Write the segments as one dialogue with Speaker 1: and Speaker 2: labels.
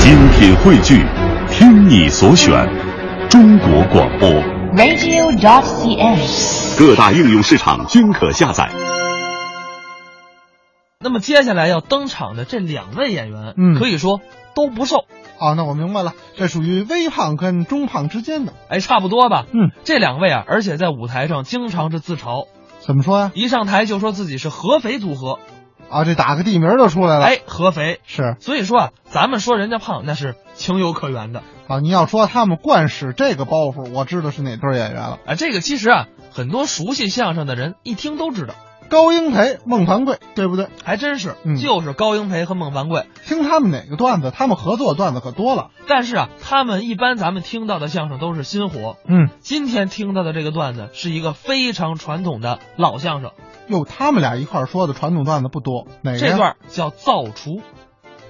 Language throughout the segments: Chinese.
Speaker 1: 精品汇聚，听你所选，中国广播。
Speaker 2: radio.cn。
Speaker 1: 各大应用市场均可下载。
Speaker 3: 那么接下来要登场的这两位演员，
Speaker 4: 嗯
Speaker 3: 可以说都不瘦，
Speaker 4: 哦，那我明白了，这属于微胖跟中胖之间的。
Speaker 3: 哎，差不多吧。
Speaker 4: 嗯，
Speaker 3: 这两位啊，而且在舞台上经常是自嘲，
Speaker 4: 怎么说呀、
Speaker 3: 一上台就说自己是合肥土河，
Speaker 4: 啊？这打个地名就出来了。，
Speaker 3: 哎，合肥。
Speaker 4: 是
Speaker 3: 所以说啊，咱们说人家胖那是情有可原的。
Speaker 4: 啊，你要说他们惯使这个包袱，我知道是哪对演员了。
Speaker 3: 啊，这个其实啊，很多熟悉相声的人一听都知道，
Speaker 4: 高英培、孟凡贵，对不对？
Speaker 3: 还真是，
Speaker 4: 嗯
Speaker 3: 就是高英培和孟凡贵。
Speaker 4: 听他们哪个段子，他们合作段子可多了。
Speaker 3: 但是啊，他们一般咱们听到的相声都是新活，
Speaker 4: 嗯，
Speaker 3: 今天听到的这个段子是一个非常传统的老相声，
Speaker 4: 哟，他们俩一块儿说的传统段子不多，哪哎个呀
Speaker 3: 这段儿叫造厨。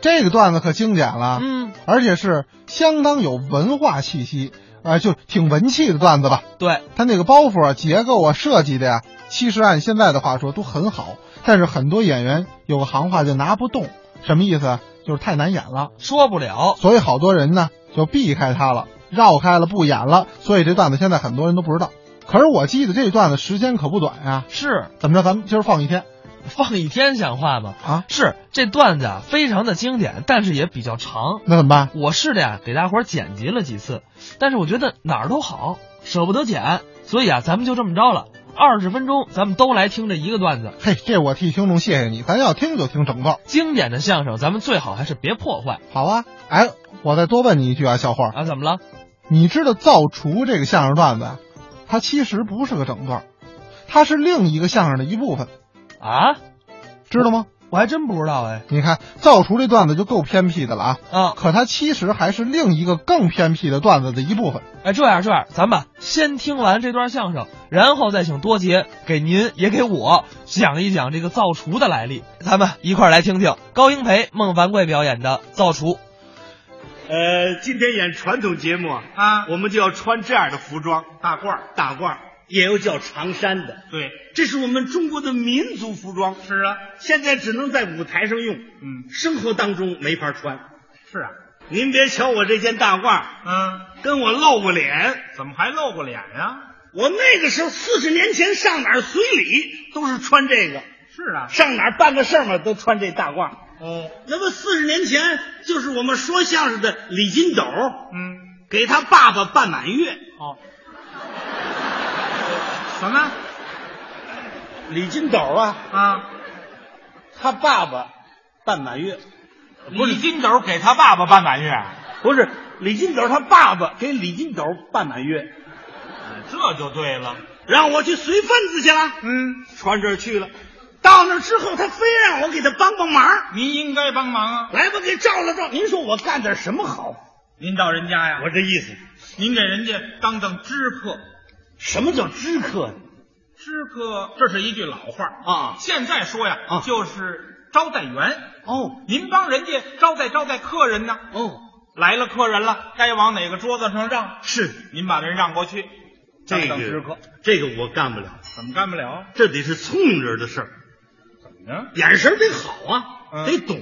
Speaker 4: 这个段子可经典了，
Speaker 3: 嗯，
Speaker 4: 而且是相当有文化气息，啊、就挺文气的段子吧。
Speaker 3: 对，
Speaker 4: 它那个包袱啊、结构啊、设计的呀、其实按现在的话说都很好，但是很多演员有个行话就拿不动，什么意思啊？就是太难演了，
Speaker 3: 说不了。
Speaker 4: 所以好多人呢就避开它了，绕开了，不演了，所以这段子现在很多人都不知道。可是我记得这段子时间可不短呀、
Speaker 3: 是
Speaker 4: 怎么着？咱们今儿放一天
Speaker 3: 放一天想话吗？
Speaker 4: 啊？
Speaker 3: 是这段子啊，非常的经典，但是也比较长。
Speaker 4: 那怎么办？
Speaker 3: 我试着呀、给大伙儿剪辑了几次，但是我觉得哪儿都好，舍不得剪，所以啊，咱们就这么着了。二十分钟，咱们都来听这一个段子。
Speaker 4: 嘿，这我替听众谢谢你，咱要听就听整段。
Speaker 3: 经典的相声，咱们最好还是别破坏
Speaker 4: 好啊，哎，我再多问你一句啊，小伙儿，
Speaker 3: 啊！怎么了？
Speaker 4: 你知道造厨这个相声段子啊，它其实不是个整段儿，它是另一个相声的一部分，
Speaker 3: 啊？
Speaker 4: 知道吗？
Speaker 3: 我还真不知道哎。
Speaker 4: 你看造厨这段子就够偏僻的了啊，
Speaker 3: 啊，
Speaker 4: 可它其实还是另一个更偏僻的段子的一部分。
Speaker 3: 哎，这样这样，咱们先听完这段相声，然后再请多杰给您也给我讲一讲这个造厨的来历。咱们一块儿来听听高英培、孟凡贵表演的造厨。
Speaker 5: 呃，今天演传统节目
Speaker 6: 啊
Speaker 5: 我们就要穿这样的服装，
Speaker 6: 大褂儿，
Speaker 5: 大褂儿，也有叫长衫的。
Speaker 6: 对，
Speaker 5: 这是我们中国的民族服装，
Speaker 6: 是啊，
Speaker 5: 现在只能在舞台上用，
Speaker 6: 嗯，
Speaker 5: 生活当中没法穿。
Speaker 6: 是啊，
Speaker 5: 您别瞧我这件大褂儿，
Speaker 6: 嗯，
Speaker 5: 跟我露过脸。
Speaker 6: 怎么还露过脸呀、
Speaker 5: 我那个时候四十年前上哪儿随礼都是穿这个，
Speaker 6: 是啊，
Speaker 5: 上哪儿办个事儿嘛都穿这大褂儿。
Speaker 6: 哦，
Speaker 5: 那么四十年前就是我们说相声的李金斗，
Speaker 6: 嗯，
Speaker 5: 给他爸爸办满月。
Speaker 6: 哦，什么
Speaker 5: 李金斗啊，
Speaker 6: 啊？
Speaker 5: 他爸爸办满月，不
Speaker 6: 李
Speaker 5: 是
Speaker 6: 金斗给他爸爸办满月，啊
Speaker 5: 不是李金斗他爸爸给李金斗办满月，
Speaker 6: 哎这就对了。
Speaker 5: 让我去随份子去了，
Speaker 6: 嗯，
Speaker 5: 传这儿去了。到那儿之后，他非让我给他帮帮忙，
Speaker 6: 您应该帮忙啊。
Speaker 5: 来吧，给照了照。您说我干点什么好？
Speaker 6: 您到人家呀，
Speaker 5: 我这意思，
Speaker 6: 您给人家当当知客，
Speaker 5: 什么叫知客呢？
Speaker 6: 知客这是一句老话儿
Speaker 5: 啊
Speaker 6: 现在说呀，
Speaker 5: 啊
Speaker 6: 就是招待员。
Speaker 5: 哦
Speaker 6: 您帮人家招待招待客人呢，
Speaker 5: 哦，
Speaker 6: 来了客人了，该往哪个桌子上让，
Speaker 5: 是
Speaker 6: 您把人让过去，
Speaker 5: 这
Speaker 6: 当
Speaker 5: 个
Speaker 6: 知客，
Speaker 5: 这个我干不了，
Speaker 6: 怎么干不了？
Speaker 5: 这得是聪明人的事儿，
Speaker 6: 嗯，
Speaker 5: 眼神得好啊，
Speaker 6: 嗯
Speaker 5: 得懂。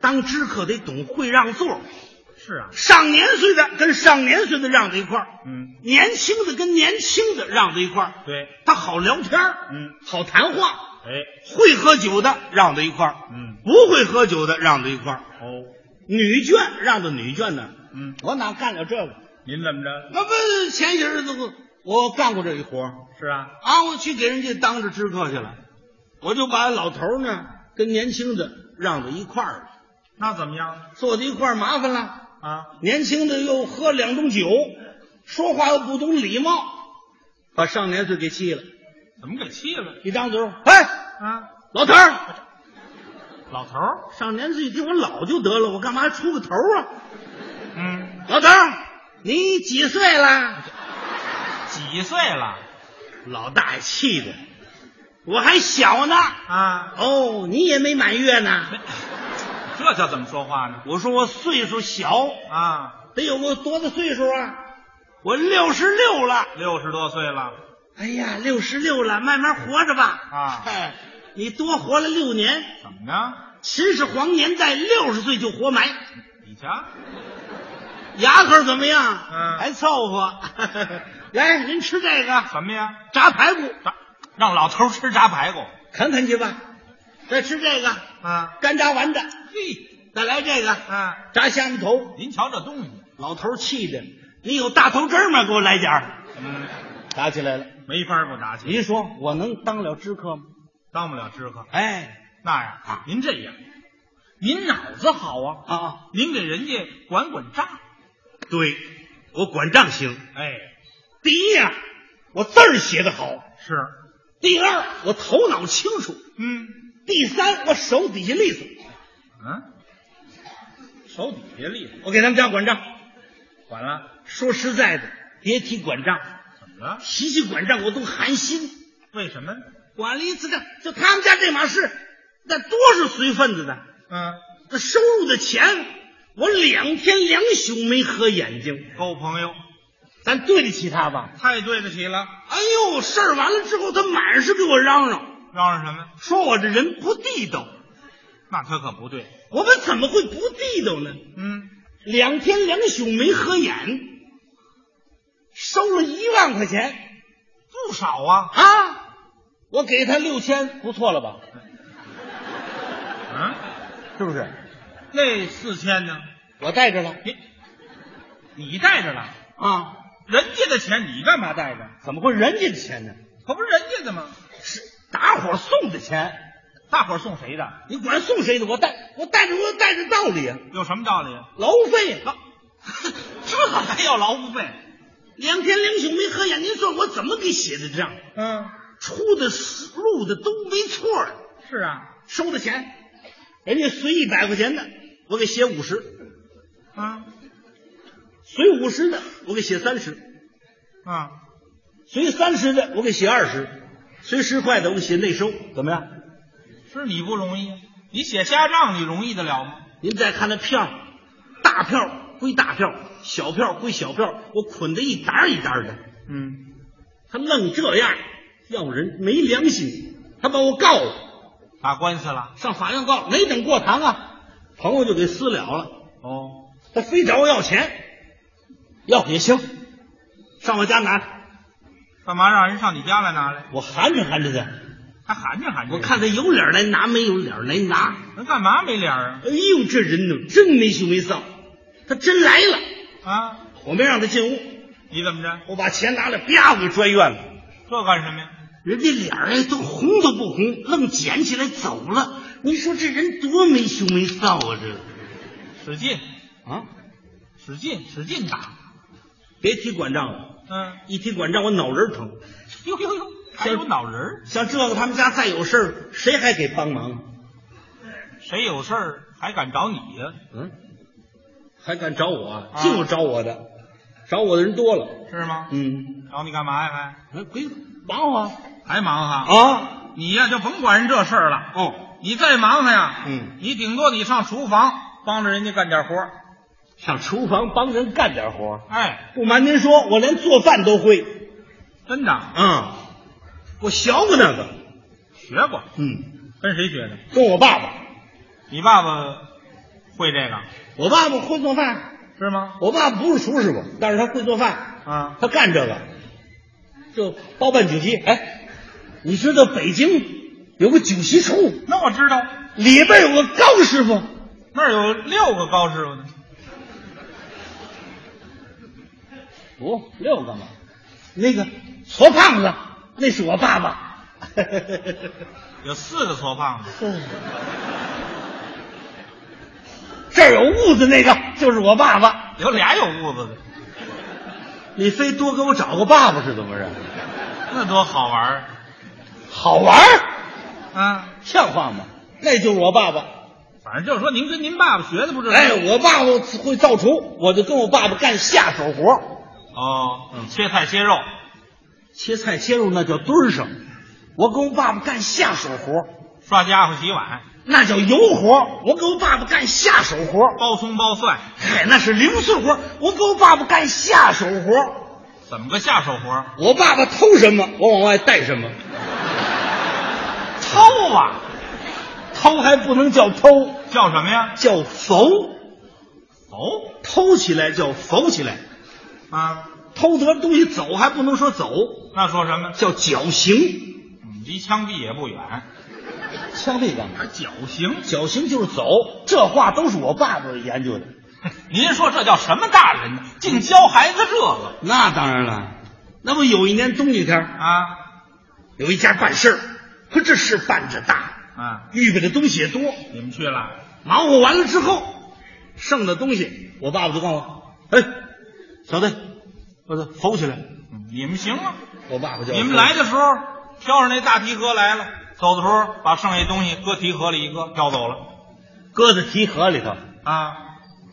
Speaker 5: 当知客得懂会让座，
Speaker 6: 是啊，
Speaker 5: 上年岁的跟上年岁的让在一块儿，
Speaker 6: 嗯，
Speaker 5: 年轻的跟年轻的让在一块儿，
Speaker 6: 对，
Speaker 5: 他好聊天儿
Speaker 6: 嗯，
Speaker 5: 好谈话，
Speaker 6: 哎，
Speaker 5: 会喝酒的让到一块儿，
Speaker 6: 嗯
Speaker 5: 不会喝酒的让到一块儿，
Speaker 6: 哦，
Speaker 5: 女眷让到女眷那儿，
Speaker 6: 嗯，
Speaker 5: 我哪干了这个？
Speaker 6: 您怎么着？
Speaker 5: 那不前些日子我我干过这一活儿
Speaker 6: 是啊，
Speaker 5: 啊，我去给人家当着知客去了，我就把老头儿呢跟年轻的让到一块儿了，
Speaker 6: 那怎么样
Speaker 5: 坐在一块儿麻烦了。
Speaker 6: 啊？
Speaker 5: 年轻的又喝两盅酒，说话又不懂礼貌，把上年岁给气了。
Speaker 6: 怎么给气了
Speaker 5: 一张嘴说，哎，
Speaker 6: 啊？
Speaker 5: 老头儿，
Speaker 6: 老头儿，
Speaker 5: 上年岁给我老就得了，我干嘛还出个头啊？
Speaker 6: 嗯，
Speaker 5: 老头儿，你几岁了？
Speaker 6: 几岁了
Speaker 5: 老大爷气的，我还小呢。
Speaker 6: 啊？
Speaker 5: 哦，你也没满月呢？
Speaker 6: 这叫怎么说话呢？
Speaker 5: 我说我岁数小，
Speaker 6: 啊，
Speaker 5: 得有个多大岁数啊？我六十六了。
Speaker 6: 六十多岁了，
Speaker 5: 哎呀，六十六了，慢慢活着吧。
Speaker 6: 啊
Speaker 5: 哎，你多活了六年，
Speaker 6: 怎么着？
Speaker 5: 秦始皇年代六十岁就活埋，
Speaker 6: 你瞧，
Speaker 5: 牙口怎么样？
Speaker 6: 嗯
Speaker 5: 还凑合。 来，您吃这个
Speaker 6: 什么呀？
Speaker 5: 炸排骨，
Speaker 6: 炸，让老头吃炸排骨
Speaker 5: 啃啃去吧。再吃这个
Speaker 6: 啊？
Speaker 5: 干炸丸子，
Speaker 6: 嘿，
Speaker 5: 再来这个
Speaker 6: 啊，
Speaker 5: 炸虾米头。
Speaker 6: 您瞧这东西，
Speaker 5: 老头气的，你有大头汁儿吗？给我来点儿。
Speaker 6: 嗯，
Speaker 5: 打起来了。
Speaker 6: 没法不打起，
Speaker 5: 您说我能当了知客吗？
Speaker 6: 当不了知客。
Speaker 5: 哎，
Speaker 6: 那样，您这样，您脑子好啊，
Speaker 5: 啊，
Speaker 6: 您给人家管管账。
Speaker 5: 对，我管账行。
Speaker 6: 哎，
Speaker 5: 第一呀、我字儿写得好；
Speaker 6: 是，
Speaker 5: 第二，我头脑清楚；
Speaker 6: 嗯
Speaker 5: 第三，我手底下利索。
Speaker 6: 嗯，手底下利索，
Speaker 5: 我给他们家管账。
Speaker 6: 管了，
Speaker 5: 说实在的，别提管账，
Speaker 6: 怎么了？
Speaker 5: 提起管账我都寒心。
Speaker 6: 为什么？
Speaker 5: 管了一次账，就他们家这码事，那多是随份子的。
Speaker 6: 嗯，
Speaker 5: 那收入的钱，我两天两宿没合眼睛。
Speaker 6: 够朋友，
Speaker 5: 咱对得起他吧？
Speaker 6: 太对得起了。
Speaker 5: 哎呦，事儿完了之后，他满是给我嚷嚷，
Speaker 6: 嚷嚷什么？
Speaker 5: 说我这人不地道。
Speaker 6: 那他可不对。
Speaker 5: 我们怎么会不地道呢？
Speaker 6: 嗯，
Speaker 5: 两天两宿没合眼，收了一万块钱
Speaker 6: 不少啊。
Speaker 5: 啊！我给他六千，不错了吧？
Speaker 6: 嗯，
Speaker 5: 是不是？
Speaker 6: 那四千呢？
Speaker 5: 我带着了
Speaker 6: 你你带着了，
Speaker 5: 啊，
Speaker 6: 人家的钱你干嘛带着？
Speaker 5: 怎么会人家的钱呢？
Speaker 6: 可不是人家的吗？
Speaker 5: 是打伙送的钱，
Speaker 6: 大伙儿送谁的？
Speaker 5: 你管送谁的？我带我带着我带着道理啊，
Speaker 6: 有什么道理？
Speaker 5: 劳务费啊，
Speaker 6: 这还要劳务费？
Speaker 5: 两天两宿没合眼，您说我怎么给写的账？
Speaker 6: 嗯，
Speaker 5: 出的思路的都没错儿，
Speaker 6: 是啊，
Speaker 5: 收的钱，人家随一百块钱的，我给写五十。
Speaker 6: 啊
Speaker 5: 随五十的我给写三十，
Speaker 6: 啊，
Speaker 5: 随三十的我给写二十，随十块的我给写内收，怎么样？
Speaker 6: 是你不容易，啊你写家账你容易得了吗？
Speaker 5: 您再看那票，大票归大票，小票归小票，我捆得一沓儿一沓儿的，
Speaker 6: 嗯，
Speaker 5: 他愣这样，要人没良心，他把我告了，
Speaker 6: 打官司了。
Speaker 5: 上法院告，没等过堂啊，朋友就给私了了，
Speaker 6: 哦，
Speaker 5: 他非找我要钱，要也行，上我家拿，
Speaker 6: 干嘛让人上你家来拿来？
Speaker 5: 我含着含着他，
Speaker 6: 还含着含着。
Speaker 5: 我看他有脸儿来拿，没有脸儿来拿。
Speaker 6: 那干嘛没脸儿
Speaker 5: 哎呦，这人呢，真没羞没臊，他真来了，
Speaker 6: 啊？啊，
Speaker 5: 我没让他进屋，
Speaker 6: 你怎么着？
Speaker 5: 我把钱拿来，啪，我给拽院了。
Speaker 6: 这干什么呀？
Speaker 5: 人家脸儿哎都红都不红，愣捡起来走了。你说这人多没羞没臊啊！这个
Speaker 6: 使劲，
Speaker 5: 啊，
Speaker 6: 使劲，使劲打。
Speaker 5: 别提管账了，
Speaker 6: 嗯，
Speaker 5: 一提管账我脑仁疼。
Speaker 6: 呦呦呦，还有脑仁儿，
Speaker 5: 像这个他们家再有事儿，谁还给帮忙？
Speaker 6: 谁有事儿还敢找你呀？
Speaker 5: 嗯，还敢找我啊？
Speaker 6: 啊
Speaker 5: 净有找我的，找我的人多了。
Speaker 6: 是吗？
Speaker 5: 嗯，
Speaker 6: 找你干嘛呀？
Speaker 5: 哎别忙活啊
Speaker 6: 还还忙哈？
Speaker 5: 啊！
Speaker 6: 你呀就甭管人这事儿了。
Speaker 5: 哦。
Speaker 6: 你再忙活呀，
Speaker 5: 嗯，
Speaker 6: 你顶多你上厨房帮着人家干点活儿。
Speaker 5: 上厨房帮人干点活。
Speaker 6: 哎，
Speaker 5: 不瞒您说，我连做饭都会
Speaker 6: 真的
Speaker 5: 啊、我学过那个，
Speaker 6: 学过，
Speaker 5: 嗯，
Speaker 6: 跟谁学的？
Speaker 5: 跟我爸爸，
Speaker 6: 你爸爸会这个
Speaker 5: 我爸爸会做饭，
Speaker 6: 是吗？
Speaker 5: 我爸爸不是厨师傅，但是他会做饭，
Speaker 6: 啊，
Speaker 5: 他干这个，就包办酒席。哎，你知道北京有个酒席处，
Speaker 6: 那我知道
Speaker 5: 里边有个高师傅，
Speaker 6: 那儿有六个高师傅呢。
Speaker 5: 不、六个嘛，那个矬胖子，那是我爸爸。
Speaker 6: 有四个矬胖子，
Speaker 5: 这儿有痦子那个就是我爸爸，
Speaker 6: 有俩有痦子的，
Speaker 5: 你非多给我找个爸爸是怎么着？
Speaker 6: 那多好玩儿
Speaker 5: 好玩儿，
Speaker 6: 啊！
Speaker 5: 像话吗？那就是我爸爸。
Speaker 6: 反正就是说，您跟您爸爸学的不是？
Speaker 5: 哎，我爸爸会造厨，我就跟我爸爸干下手活，
Speaker 6: 哦，切菜切肉，
Speaker 5: 切菜切肉那叫墩上，我跟我爸爸干下手活，
Speaker 6: 刷家伙洗碗，
Speaker 5: 那叫油活。我跟我爸爸干下手活，
Speaker 6: 包葱包蒜，
Speaker 5: 嗨，那是零碎活。我跟我爸爸干下手活，
Speaker 6: 怎么个下手活儿？
Speaker 5: 我爸爸偷什么，我往外带什么。
Speaker 6: 偷啊！
Speaker 5: 偷还不能叫偷，
Speaker 6: 叫什么呀？
Speaker 5: 叫缝。哦起来叫否起来，
Speaker 6: 啊，
Speaker 5: 偷得东西走还不能说走，
Speaker 6: 那说什么？
Speaker 5: 叫绞刑。
Speaker 6: 嗯离枪毙也不远，
Speaker 5: 枪毙干嘛？
Speaker 6: 还绞刑？
Speaker 5: 啊绞刑就是走，这话都是我爸爸研究的。
Speaker 6: 您说这叫什么大人？竟教孩子这个
Speaker 5: 那当然了，那不有一年冬季天，
Speaker 6: 啊
Speaker 5: 有一家办事儿，可这事办着大，
Speaker 6: 啊！
Speaker 5: 预备的东西也多。
Speaker 6: 你们去了？
Speaker 5: 忙活完了之后，剩的东西，我爸爸就告诉我：“哎，小子，把它缝起来。
Speaker 6: 嗯你们行吗？”
Speaker 5: 我爸爸叫我
Speaker 6: 你们来的时候挑上那大提盒来了，走的时候把剩下东西搁提盒里一搁，挑走了
Speaker 5: 搁在提盒里头，
Speaker 6: 啊？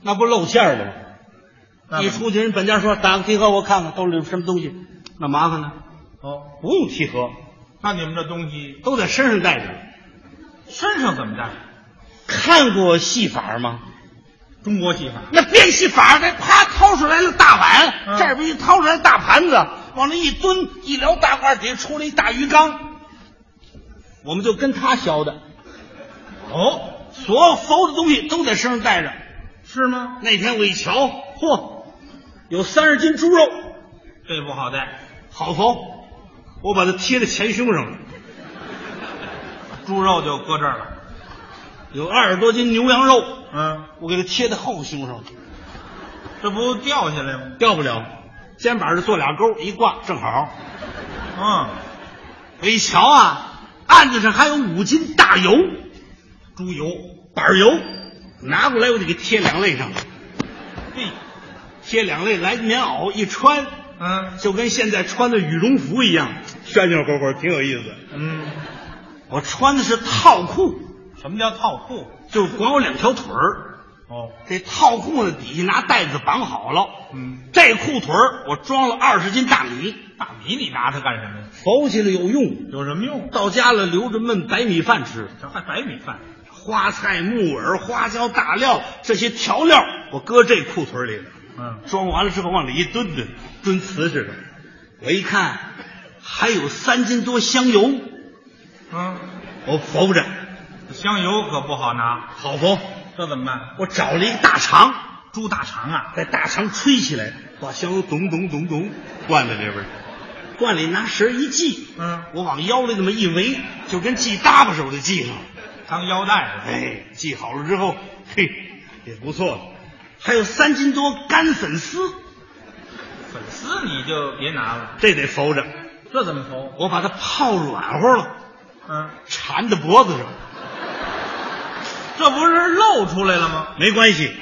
Speaker 5: 那不露馅儿了吗？
Speaker 6: 那
Speaker 5: 一
Speaker 6: 怎么
Speaker 5: 出去，人本家说打个提盒，我看看兜里有什么东西，那麻烦了。
Speaker 6: 哦，
Speaker 5: 不用提盒，
Speaker 6: 那你们这东西
Speaker 5: 都在身上带着。
Speaker 6: 身上怎么着？
Speaker 5: 看过戏法吗？
Speaker 6: 中国戏法
Speaker 5: 那变戏法，这啪掏出来了大碗，
Speaker 6: 嗯
Speaker 5: 这边一掏出来大盘子，往那一蹲，一撩大褂底下出来一大鱼缸，我们就跟他学的。
Speaker 6: 哦，
Speaker 5: 所有缝的东西都在身上带着。
Speaker 6: 是吗？
Speaker 5: 那天我一瞧，嚯，有三十斤猪肉，
Speaker 6: 这不好带，
Speaker 5: 好缝，我把它贴在前胸上了。
Speaker 6: 猪肉就搁这儿了。
Speaker 5: 有二十多斤牛羊肉，
Speaker 6: 嗯，
Speaker 5: 我给它贴在后胸上，
Speaker 6: 这不掉下来吗？
Speaker 5: 掉不了。肩膀上做俩钩，一挂正好。
Speaker 6: 嗯，
Speaker 5: 我一瞧啊，案子上还有五斤大油，
Speaker 6: 猪油。
Speaker 5: 板油，拿过来我得给贴两肋上，
Speaker 6: 嘿，
Speaker 5: 贴两肋来棉袄一穿，
Speaker 6: 嗯
Speaker 5: 就跟现在穿的羽绒服一样，旋旋乎乎，挺有意思。
Speaker 6: 嗯，
Speaker 5: 我穿的是套裤，
Speaker 6: 什么叫套裤？
Speaker 5: 就光有两条腿儿。
Speaker 6: 哦，
Speaker 5: 这套裤子底下拿带子绑好了，
Speaker 6: 嗯，
Speaker 5: 这裤腿儿我装了二十斤大米，
Speaker 6: 大米你拿它干什么呀？
Speaker 5: 缝起来有用。
Speaker 6: 有什么用？
Speaker 5: 到家了留着焖白米饭吃，
Speaker 6: 这还白米饭。
Speaker 5: 花菜、木耳、花椒、大料这些调料，我搁这裤腿儿里了。
Speaker 6: 嗯，
Speaker 5: 装完了之后往里一蹲蹲，蹲瓷实的。我一看，还有三斤多香油，
Speaker 6: 嗯，
Speaker 5: 我缝着，
Speaker 6: 这香油可不好拿，
Speaker 5: 好缝。
Speaker 6: 这怎么办？
Speaker 5: 我找了一个大肠，
Speaker 6: 猪大肠啊，
Speaker 5: 在大肠吹起来，把香油咚咚咚咚灌在里边儿，灌里拿绳一系，
Speaker 6: 嗯
Speaker 5: 我往腰里这么一围，就跟系搭把手的系上了。
Speaker 6: 当腰带似的。
Speaker 5: 哎，系好了之后，嘿，也不错。还有三斤多干粉丝，
Speaker 6: 粉丝你就别拿了，
Speaker 5: 这得缝着，
Speaker 6: 这怎么头？
Speaker 5: 我把它泡软和了，
Speaker 6: 嗯，
Speaker 5: 缠在脖子上，
Speaker 6: 这不是露出来了吗？
Speaker 5: 没关系。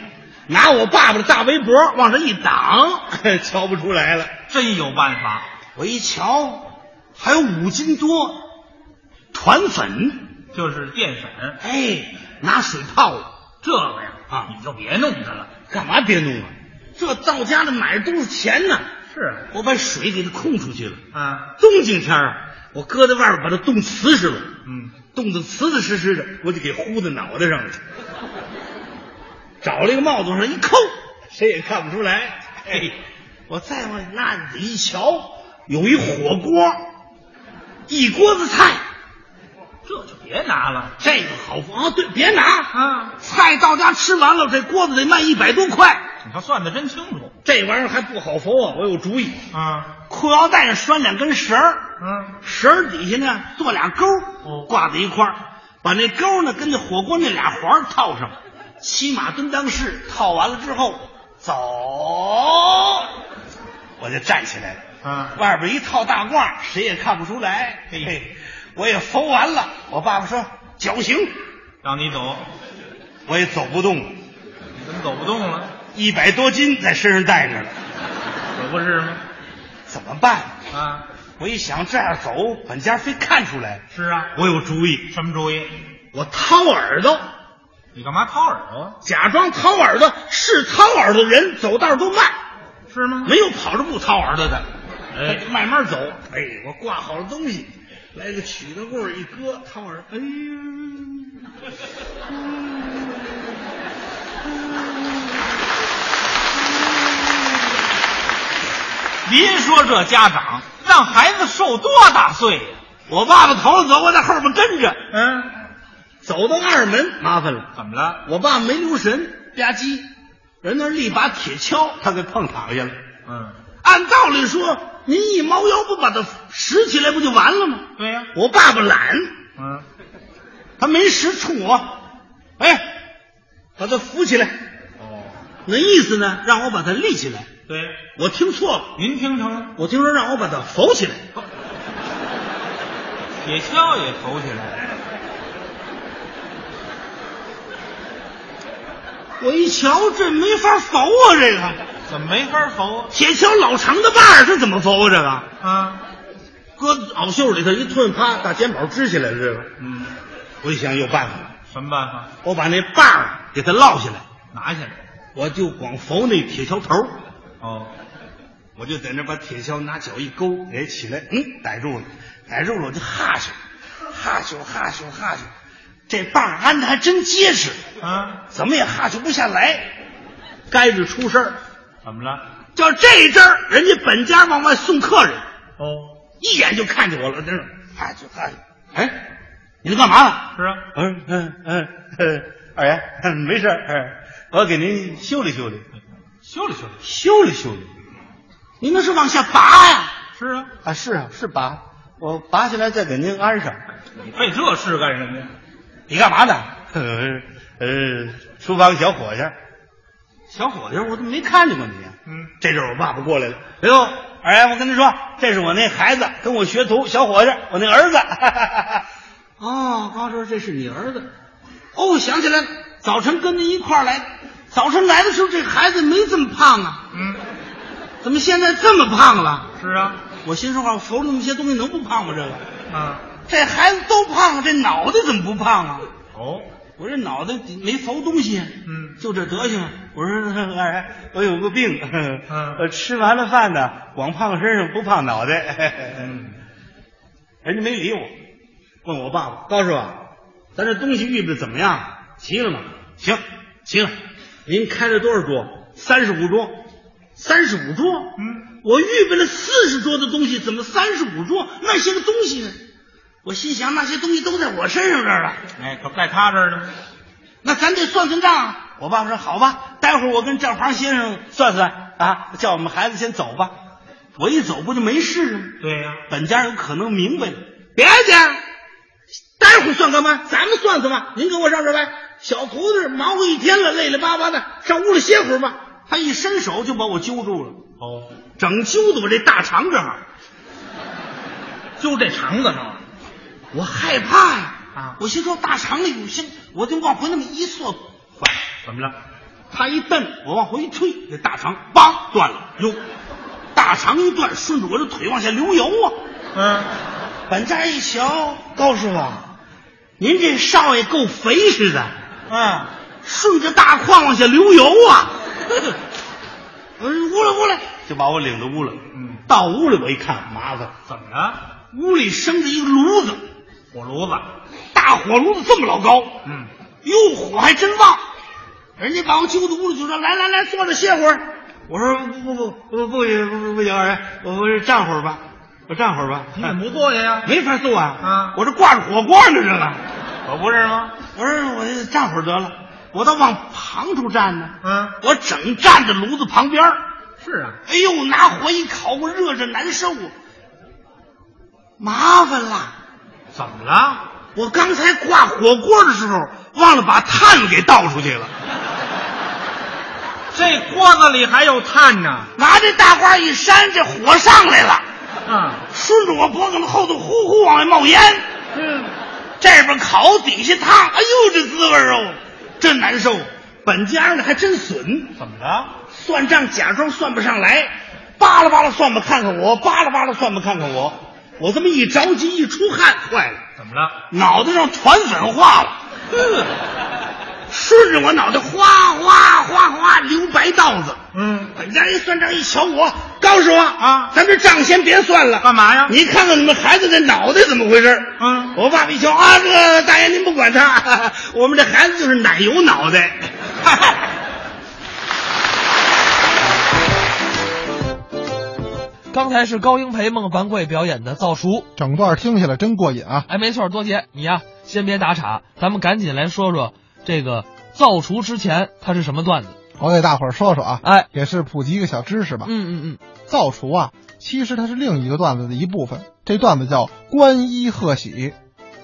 Speaker 5: 拿我爸爸的大围脖往上一挡， 瞧不出来了。
Speaker 6: 真有办法。
Speaker 5: 我一瞧，还有五斤多团粉。
Speaker 6: 就是淀粉，
Speaker 5: 哎，拿水泡了，
Speaker 6: 这个呀，
Speaker 5: 啊
Speaker 6: 你就别弄它了。
Speaker 5: 干嘛别弄啊？这到家了买的都是钱呢。
Speaker 6: 是
Speaker 5: 我把水给它空出去了。
Speaker 6: 啊，
Speaker 5: 冬景天儿啊，我搁在外边把它冻瓷实了，
Speaker 6: 嗯，
Speaker 5: 冻得瓷瓷实实的，我就给糊在脑袋上了。找了一个帽子往上一扣，谁也看不出来。
Speaker 6: 哎
Speaker 5: 嘿，我再往那案子一瞧，有一火锅，一锅子菜，
Speaker 6: 这就别拿了
Speaker 5: 这个好啊！对，别拿
Speaker 6: 啊！
Speaker 5: 菜到家吃完了，这锅子得卖一百多块。
Speaker 6: 你看算的真清楚
Speaker 5: 这玩意儿还不好缝啊！我有主意，
Speaker 6: 啊，
Speaker 5: 裤腰带上拴两根绳儿，
Speaker 6: 嗯，
Speaker 5: 绳儿底下呢做俩钩儿
Speaker 6: 哦，
Speaker 5: 挂在一块儿，把那钩儿呢跟那火锅那俩环儿套上，骑马蹲裆式套完了之后走，我就站起来了。
Speaker 6: 啊
Speaker 5: 外边一套大褂，谁也看不出来。
Speaker 6: 嘿
Speaker 5: 嘿，我也缝完了。我爸爸说绞刑，
Speaker 6: 让你走，
Speaker 5: 我也走不动了，
Speaker 6: 你怎么走不动了？
Speaker 5: 一百多斤在身上带着了，
Speaker 6: 可不是吗？
Speaker 5: 怎么办？
Speaker 6: 啊，
Speaker 5: 我一想这样走，本家非看出来。
Speaker 6: 是啊，
Speaker 5: 我有主意，
Speaker 6: 什么主意？
Speaker 5: 我掏耳朵，
Speaker 6: 你干嘛掏耳朵啊？
Speaker 5: 假装掏耳朵，是掏耳朵的人走道都慢，
Speaker 6: 是吗？
Speaker 5: 没有跑着不掏耳朵的，
Speaker 6: 哎
Speaker 5: 慢慢走。哎，我挂好了东西，来个曲子棍儿一搁，掏耳，哎呦，
Speaker 6: 您说这家长让孩子受多大罪呀、
Speaker 5: 我爸爸头上走，我在后边跟着，
Speaker 6: 嗯，
Speaker 5: 走到二门麻烦了，
Speaker 6: 怎么了？
Speaker 5: 我爸没留神吧唧，人那儿立把铁锹，他给碰躺下了。
Speaker 6: 嗯，
Speaker 5: 按道理说，您一猫腰不把它拾起来不就完了吗？
Speaker 6: 对呀
Speaker 5: 我爸爸懒，
Speaker 6: 嗯，
Speaker 5: 他没拾，冲我，哎，把它扶起来，
Speaker 6: 哦，
Speaker 5: 那意思呢，让我把它立起来。
Speaker 6: 对，
Speaker 5: 我听错了，
Speaker 6: 您听成了，
Speaker 5: 我听说让我把它扶起来。
Speaker 6: 铁锹 也投起来了，
Speaker 5: 我一瞧，这没法扶啊，这个
Speaker 6: 怎么没法投
Speaker 5: 铁锹老长的把儿是怎么扶啊？这个
Speaker 6: 啊？啊，
Speaker 5: 搁袄袖里头一吞，啪，大肩膀支起来了。这个，
Speaker 6: 嗯，
Speaker 5: 我一想有办法，
Speaker 6: 什么办法？
Speaker 5: 我把那把儿给它落下来，
Speaker 6: 拿下来。
Speaker 5: 我就光扶那铁锹头儿。
Speaker 6: 哦，
Speaker 5: 我就在那把铁锹拿脚一勾，哎，起来，嗯，逮住了，逮住了，我就哈咻，哈咻，哈咻，哈咻，这棒儿安的还真结实，
Speaker 6: 啊，
Speaker 5: 怎么也哈咻不下来，该是出事儿。
Speaker 6: 怎么了？
Speaker 5: 就这一阵儿，人家本家往外送客人，
Speaker 6: 哦，
Speaker 5: 一眼就看见我了，真是哈咻哈咻，哎，你这干嘛呢？
Speaker 6: 是啊，
Speaker 5: 嗯嗯嗯嗯，二爷，嗯没事儿，嗯我给您修理修理，
Speaker 6: 修理修理。
Speaker 5: 修理修理，您那是往下拔呀、
Speaker 6: 是啊，
Speaker 5: 啊，是啊，是拔，我拔下来再给您安上。
Speaker 6: 你费这事干什么呀？
Speaker 5: 你干嘛呢？呃呃，厨房小火气。小伙计，我怎么没看见过你？
Speaker 6: 嗯，
Speaker 5: 这阵儿我爸爸过来了。哎呦，二爷，我跟您说，这是我那孩子，跟我学徒，小伙计，我那儿子。哦，高叔，这是你儿子。哦，想起来了，早晨跟您一块儿来，早晨来的时候这孩子没这么胖啊，
Speaker 6: 嗯，
Speaker 5: 怎么现在这么胖了？
Speaker 6: 是啊，
Speaker 5: 我心说话，我缝了那么些东西能不胖吗？这个。
Speaker 6: 啊，
Speaker 5: 这孩子都胖了，这脑袋怎么不胖啊？
Speaker 6: 哦，
Speaker 5: 我这脑袋没缝东西，
Speaker 6: 嗯
Speaker 5: 就这德行。我说 二爷，我有个病，
Speaker 6: 嗯
Speaker 5: 我吃完了饭呢，光胖身上不胖脑袋。
Speaker 6: 嗯，
Speaker 5: 人家没理我，问我爸爸高师傅，咱这东西预备得怎么样？齐了吗？行，齐了。您开了多少桌？三十五桌。三十五桌？
Speaker 6: 嗯，
Speaker 5: 我预备了四十桌的东西，怎么三十五桌那些个东西呢？我心想那些东西都在我身上这儿了，
Speaker 6: 哎，可在他这儿呢。
Speaker 5: 那咱得算算账啊。我爸爸说好吧，待会儿我跟赵房先生算算啊，叫我们孩子先走吧。我一走不就没事了吗？
Speaker 6: 对呀、
Speaker 5: 本家有可能明白了。别介，待会儿算干嘛？咱们算算吧。您给我让这来，小徒弟忙活一天了，累累巴巴的，上屋里歇会儿吧。他一伸手就把我揪住了，
Speaker 6: 哦，
Speaker 5: 整揪的我这大肠这儿，
Speaker 6: 就这肠子上了。
Speaker 5: 我害怕呀、
Speaker 6: 啊
Speaker 5: 我心说大肠里有心，我就往回那么一缩，坏了。
Speaker 6: 怎么了？
Speaker 5: 他一蹬，我往回一推，那大肠梆断了。哟，大肠一断，顺着我的腿往下流油啊！
Speaker 6: 嗯，
Speaker 5: 本家一瞧，高师傅，您这少爷够肥实的，
Speaker 6: 嗯，
Speaker 5: 顺着大胯往下流油啊！我说屋来屋来，就把我领到屋里。
Speaker 6: 嗯，
Speaker 5: 到屋里我一看，麻烦，
Speaker 6: 怎么了？
Speaker 5: 屋里生着一个炉子，
Speaker 6: 火炉子。
Speaker 5: 大火炉子这么老高，
Speaker 6: 嗯，
Speaker 5: 哟，火还真旺。人家把我揪到屋里就说：“来来来，坐着歇会儿。”我说：“不不不不不行不不不行，二爷，我我这站会儿吧，我站会儿吧。哎
Speaker 6: 你怎么不坐下呀？
Speaker 5: 没法坐啊，
Speaker 6: 啊
Speaker 5: 我这挂着火锅呢，这个。
Speaker 6: 可不是吗？
Speaker 5: 我说我这站会儿得了，我倒往旁处站呢。
Speaker 6: 嗯
Speaker 5: 我整站在炉子旁边儿
Speaker 6: 是啊。
Speaker 5: 哎呦，拿火一烤，我热着难受啊，麻烦了。
Speaker 6: 怎么了？
Speaker 5: 我刚才挂火锅的时候，忘了把炭给倒出去了。
Speaker 6: 这锅子里还有炭呢。
Speaker 5: 拿这大褂一扇，这火上来了，
Speaker 6: 啊，
Speaker 5: 顺着我脖梗后头呼呼往外冒烟。
Speaker 6: 嗯，
Speaker 5: 这边烤，底下烫，哎呦，这滋味儿哦，真难受。本家的还真损，
Speaker 6: 怎么了？
Speaker 5: 算账假装算不上来，扒拉扒拉算吧，看看我，扒拉扒拉算吧，看看我。我这么一着急一出汗，坏了，
Speaker 6: 怎么了？
Speaker 5: 脑袋上团粉化了，嗯，顺着我脑袋哗哗哗哗流白道子。
Speaker 6: 嗯，
Speaker 5: 本家一算账一瞧我，告诉我
Speaker 6: 啊
Speaker 5: 咱这账先别算了，
Speaker 6: 干嘛呀？
Speaker 5: 你看看你们孩子这脑袋怎么回事？
Speaker 6: 嗯
Speaker 5: 我爸爸一瞧啊，这个大爷您不管 他，我们这孩子就是奶油脑袋。
Speaker 3: 刚才是高英培、孟凡贵表演的造厨。
Speaker 4: 整段听下来真过瘾啊！
Speaker 3: 哎，没错，多杰，你呀、先别打岔，咱们赶紧来说说这个造厨之前它是什么段子。
Speaker 4: 我给大伙儿说说啊，
Speaker 6: 嗯
Speaker 3: 哎，
Speaker 4: 也是普及一个小知识吧。
Speaker 3: 嗯嗯
Speaker 4: 造厨啊，其实它是另一个段子的一部分。这段子叫“观衣贺喜”，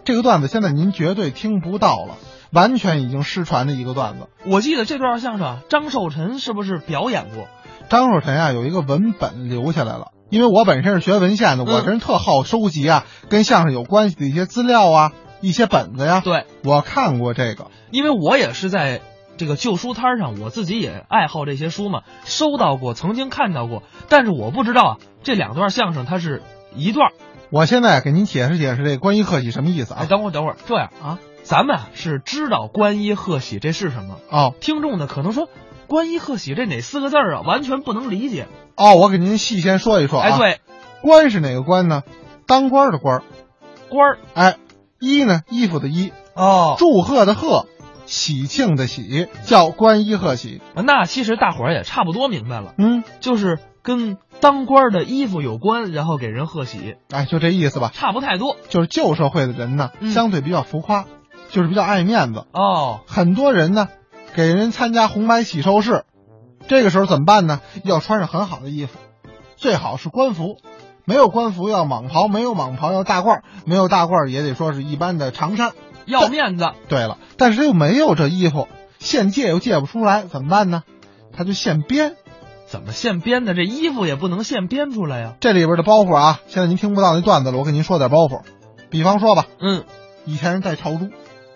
Speaker 4: 这个段子现在您绝对听不到了，完全已经失传的一个段子。
Speaker 3: 嗯，我记得这段相声啊张寿臣是不是表演过？
Speaker 4: 张寿臣啊有一个文本留下来了，因为我本身是学文献的，我
Speaker 3: 嗯
Speaker 4: 这人特好收集啊跟相声有关系的一些资料啊、一些本子呀。
Speaker 3: 对，
Speaker 4: 我看过这个，
Speaker 3: 因为我也是在这个旧书摊上，我自己也爱好这些书嘛，收到过，曾经看到过，但是我不知道啊，这两段相声它是一段儿。
Speaker 4: 我现在给您解释解释这“观衣贺喜”什么意思
Speaker 3: 哎，
Speaker 4: 啊？
Speaker 3: 等会儿等会儿，这样啊，咱们啊是知道观音贺喜这是什么，
Speaker 4: 哦
Speaker 3: 听众呢可能说。观音贺喜这哪四个字儿啊？完全不能理解。
Speaker 4: 哦，我给您细先说一说啊。
Speaker 3: 哎，，对，
Speaker 4: 官是哪个官呢？当官儿的官儿。
Speaker 3: 官儿
Speaker 4: 哎，衣呢，衣服的衣，
Speaker 3: 哦，
Speaker 4: 祝贺的贺，喜庆的喜，叫观衣贺喜。
Speaker 3: 那其实大伙儿也差不多明白了，
Speaker 4: 嗯，
Speaker 3: 就是跟当官儿的衣服有关，然后给人贺喜，
Speaker 4: 哎，就这意思吧。
Speaker 3: 差不太多
Speaker 4: 就是旧社会的人呢，
Speaker 3: 嗯
Speaker 4: 相对比较浮夸，就是比较爱面子。
Speaker 3: 哦。
Speaker 4: 很多人呢，给人参加红白喜寿式，这个时候怎么办呢？要穿上很好的衣服，最好是官服。没有官服要蟒袍，没有蟒袍要大褂儿，没有大褂儿也得说是一般的长衫。
Speaker 3: 要面子，
Speaker 4: 对了，但是他又没有这衣服，现借又借不出来，怎么办呢？他就现编。
Speaker 3: 怎么现编的？这衣服也不能现编出来呀、
Speaker 4: 这里边的包袱啊，现在您听不到那段子了，我给您说点包袱。比方说吧，
Speaker 3: 嗯，
Speaker 4: 以前人戴朝珠，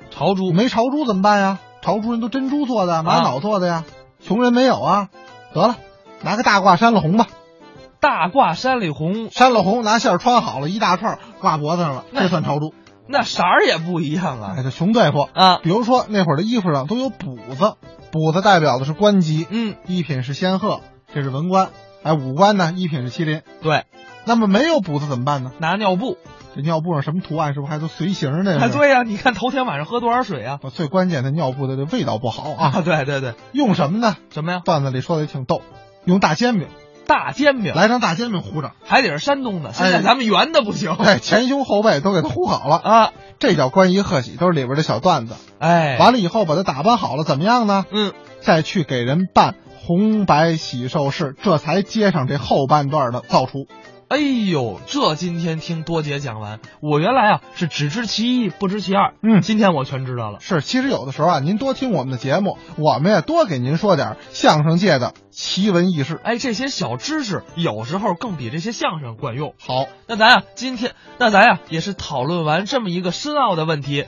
Speaker 3: 朝珠
Speaker 4: 没朝珠怎么办呀？朝珠人都珍珠
Speaker 3: 啊
Speaker 4: 做的，玛瑙做的呀，穷人没有啊。得了，拿个大褂扇了红吧，
Speaker 3: 大褂山里红，
Speaker 4: 扇了红，拿线儿穿好了，一大串儿挂脖子上了，
Speaker 3: 那
Speaker 4: 这算朝珠。
Speaker 3: 那色儿也不一样
Speaker 4: 哎，
Speaker 3: 啊
Speaker 4: 这穷对付。
Speaker 3: 啊，
Speaker 4: 比如说那会儿的衣服上都有补子，补子代表的是官级，
Speaker 3: 嗯，
Speaker 4: 一品是仙鹤，这是文官。哎，武官呢，一品是麒麟。
Speaker 3: 对，
Speaker 4: 那么没有补子怎么办呢？
Speaker 3: 拿尿布，
Speaker 4: 这尿布上什么图案是不是还都随形呢？
Speaker 3: 哎，对呀、你看头天晚上喝多少水啊？
Speaker 4: 我最关键的尿布的这味道不好啊，
Speaker 3: 啊，对对对，
Speaker 4: 用什么呢？
Speaker 3: 什么呀？
Speaker 4: 段子里说的也挺逗，用大煎饼，
Speaker 3: 大煎饼，
Speaker 4: 来张大煎饼糊上，
Speaker 3: 还得是山东的，现
Speaker 4: 哎
Speaker 3: 在咱们圆的不行、
Speaker 4: 哎，前胸后背都给它糊好了，
Speaker 3: 啊，
Speaker 4: 这叫关于贺喜，都是里边的小段子。
Speaker 3: 哎，
Speaker 4: 完了以后把它打扮好了，怎么样呢？
Speaker 3: 嗯，
Speaker 4: 再去给人办红白喜寿事，这才接上这后半段的造出。
Speaker 3: 哎呦，这今天听多姐讲完，我原来啊是只知其一不知其二，
Speaker 4: 嗯
Speaker 3: 今天我全知道了。
Speaker 4: 是，其实有的时候啊，您多听我们的节目，我们也多给您说点儿相声界的奇闻异事。
Speaker 3: 哎，这些小知识有时候更比这些相声管用。
Speaker 4: 好，
Speaker 3: 啊那咱啊，今天那咱呀、也是讨论完这么一个深奥的问题，